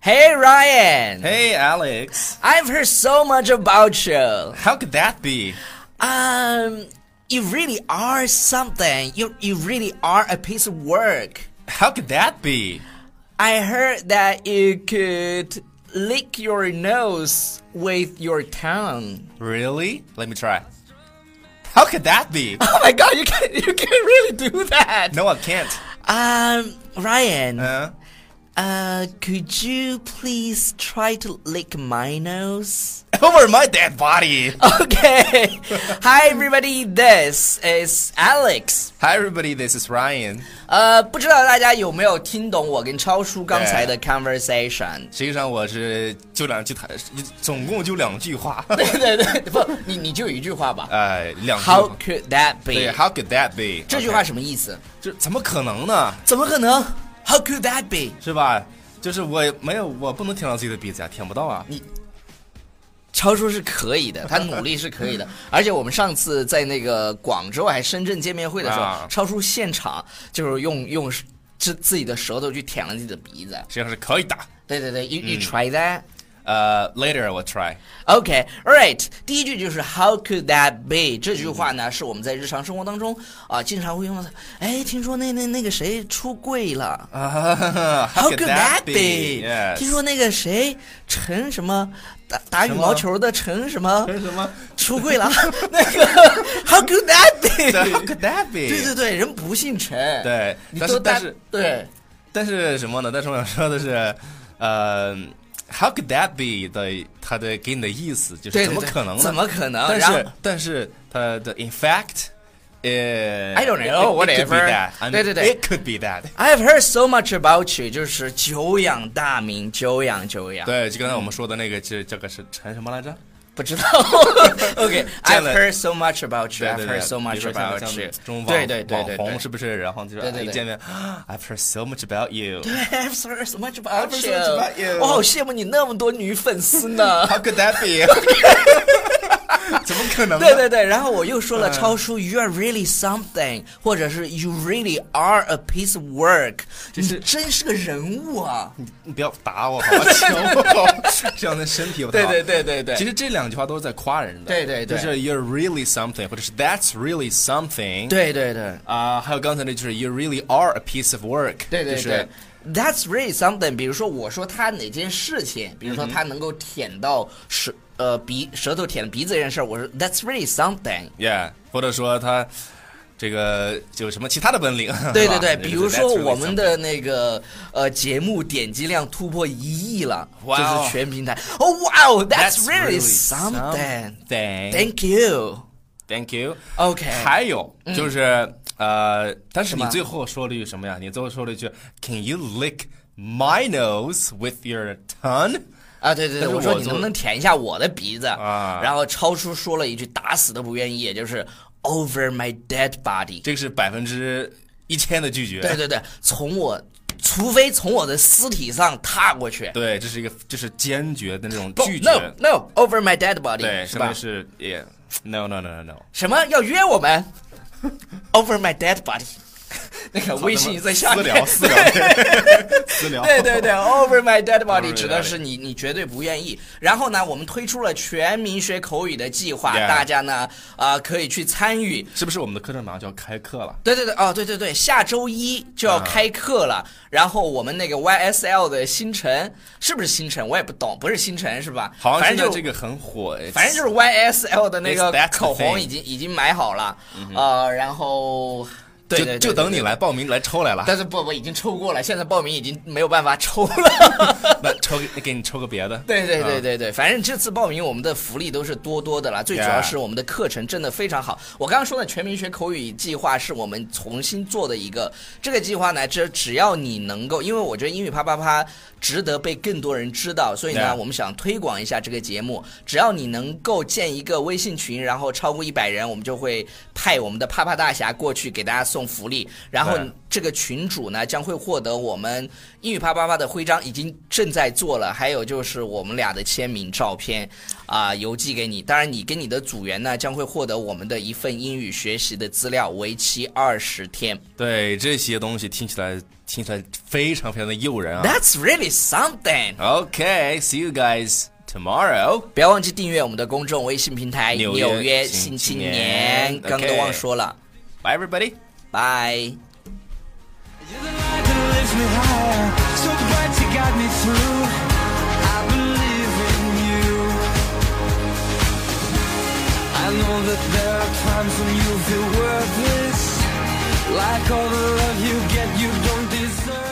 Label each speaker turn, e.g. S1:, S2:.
S1: Hey Ryan,
S2: Hey, Alex.
S1: I've heard so much about you.
S2: How could that be?
S1: Um, you really are something. You you really are a piece of work.
S2: How could that be?
S1: I heard that you could lick your nose with your tongue.
S2: Really? Let me try. How could that be?
S1: Oh my god, you can you can really do that.
S2: No, I can't.
S1: Um, Ryan, uh,
S2: Uh,
S1: could you please try to lick my nose?
S2: over my dead body.
S1: Okay. Hi everybody, this is Alex.
S2: Hi, everybody. This is Ryan.
S1: 呃，不知道大家有没有听懂我跟超叔刚才的 conversation？
S2: 实际上我是就两句台，总共就两句话。
S1: 对对对，不，你你就有一句话吧。
S2: 哎，两句
S1: How
S2: 话。
S1: could that
S2: 对
S1: be？
S2: ，How could that be？
S1: 这句话
S2: OK
S1: 什么意思？
S2: 这怎么可能呢？
S1: 怎么可能？How could that be？
S2: 是吧？就是我没有，我不能听到自己的鼻子啊，听不到啊。
S1: 超叔是可以的，他努力是可以 的。而且我们上次在那个广州还深圳见面会的时候，
S2: 啊
S1: 超叔现场就是用用自自己的舌头去舔了自己的鼻子。
S2: 实际上是可以的。
S1: 对对对，you
S2: 嗯
S1: you try that。
S2: 呃、l a t e r 我 try。
S1: OK, all right。第一句就是 How could that be？这句话
S2: 嗯
S1: 呢，是我们在日常生活当中啊、经常会用到。哎，听说那那那个谁出柜了
S2: 啊
S1: ？How could that be？
S2: Yes
S1: 听说那个谁陈什么打打羽
S2: 什么
S1: 毛球的陈什么
S2: 什 么？
S1: 出柜了？那个 How could that
S2: 哎 How
S1: be？
S2: could that be？
S1: 对对对，人不姓陈。，
S2: 对
S1: 你
S2: 但是
S1: 都
S2: 但
S1: 大
S2: 是
S1: 对。
S2: 但是什么呢？但是我想说的是，呃，How could that be 的它的给你的意思就是
S1: 对
S2: 怎么
S1: 对对
S2: 可能呢？
S1: 怎么可能
S2: 但
S1: 然
S2: 是
S1: 后
S2: 但是它的 in fact。呃
S1: I don't know,
S2: it- it could be
S1: whatever.
S2: that. I mean,
S1: 对对对
S2: ，It could be that。
S1: I've heard so much about you，就是久仰大名，久仰久仰。
S2: 对，就刚才我们说的那个，这这个是陈什么来着？
S1: 不知道。OK,
S2: 见
S1: I've
S2: 了
S1: heard so much about you.
S2: 对
S1: I've
S2: 对对
S1: heard so
S2: 比
S1: much
S2: 如说像
S1: about
S2: 像
S1: you.
S2: 这种网
S1: 对对对对
S2: 网
S1: 对
S2: 红是不是？然后就是
S1: 对对
S2: 哎一
S1: 对
S2: 见面啊，I've heard so much about you。
S1: I've heard so much about
S2: I've heard so much about
S1: you.
S2: you.
S1: 我好羡慕你那么多女粉丝 呢。
S2: How could that be？怎么可能呢？嗯
S1: 对对对，然后我又说了，超叔，You are really something，或者是 You really are a piece of work，你
S2: 是
S1: 真是个人物啊！
S2: 你不要打我，好 吧？求我，这样的身体不太好。
S1: 对对
S2: 其实这两句话都是在夸人的。
S1: 对对对
S2: 就是 You're really something，或者是 That's really something。。
S1: 对对对
S2: 啊，还有刚才那就是 You really are a piece of work。
S1: 对对
S2: 就是
S1: 对。That's really something。比如说，我说他哪件事情，比如说他能够舔到舌呃鼻舌头舔鼻子这件事儿，我说 That's really something。
S2: Yeah，或者说他这个有什么其他的本领？
S1: 对
S2: 是吧
S1: 对对，
S2: 就是
S1: 比如说
S2: That's really
S1: 我们的那个呃节目点击量突破一亿了，就
S2: 哇哦
S1: 是全平台。哦，哇哦
S2: something
S1: ，That's really
S2: something
S1: something。
S2: Thank
S1: Thank you。
S2: Thank you。
S1: OK 嗯
S2: 还有就是呃，但是你
S1: 什么
S2: 最后说了一句什么呀？你最后说了一句 Can you lick my nose with your tongue？
S1: 啊，对对对，
S2: 但是
S1: 我说
S2: 我
S1: 你
S2: 做
S1: 能不能舔一下我的鼻子？
S2: 啊
S1: 然后超叔说了一句打死都不愿意，也就是 Over my dead body。
S2: 这个是百分之一千的拒绝。
S1: 对对对，从我，除非从我的尸体上踏过去。
S2: 对，这是一个就是坚决的那种
S1: 不
S2: 拒绝。
S1: No no over my dead body，
S2: 对，
S1: 是
S2: 相当
S1: 吧
S2: 于？是也 no no no no no。
S1: 什么要约我们 ？Over my dead body，那个微信在下面。
S2: 私聊，私聊，私聊。
S1: 对对对，Over my dead body
S2: my
S1: 指的是你，你绝对不愿意。然后呢，我们推出了全民学口语的计划
S2: Yeah
S1: 大家呢啊、呃可以去参与。
S2: 是不是我们的课程马上就要开课了？
S1: 对对对，哦，对对对，下周一就
S2: 啊
S1: 要开课了。然后我们那个 YSL 的星辰是不是星辰？我也不懂，不是星辰是吧？
S2: 好像
S1: 反
S2: 现在
S1: 正
S2: 这
S1: 就
S2: 个很火，哎
S1: 反正就是 YSL 的那个
S2: It's that
S1: 口红
S2: thing 嗯
S1: 已经已经买好了，呃，然后对对对，
S2: 就就
S1: 对
S2: 等你。来报名来抽来了
S1: 对。但是不不，已经抽过了，现在报名已经没有办法抽 了。
S2: 那抽给给你抽个别的。
S1: 对对对对对，反正这次报名我们的福利都是多多的了，最主要
S2: Yeah
S1: 是我们的课程真的非常好。我刚刚说的全民学口语计划是我们重新做的一个这个计划呢，这只要你能够，因为我觉得英语啪啪啪值得被更多人知道，所以呢，
S2: Yeah
S1: 我们想推广一下这个节目。只要你能够建一个微信群，然后超过一百人，我们就会派我们的啪啪大侠过去给大家送福利，然后
S2: 对。
S1: 这个群主呢将会获得我们英语啪啪啪的徽章，已经正在做了，还有就是我们俩的签名照片啊、邮寄给你。当然，你跟你的组员呢将会获得我们的一份英语学习的资料，为期二十天。
S2: 对这些东西听起来听起来非常非常的诱人啊。
S1: That's really something。
S2: Okay, see you guys tomorrow.
S1: 不要忘记订阅我们的公众微信平台《
S2: 纽
S1: 纽
S2: 约
S1: 约新
S2: 新青
S1: 青
S2: 年
S1: 年》，刚刚都
S2: OK
S1: 忘说了，
S2: Bye, everybody.
S1: 拜。
S3: You're the light that lifts me higher, so bright you got me through. I believe in you. I know that there are times when you feel worthless, like all the love you get, you don't deserve.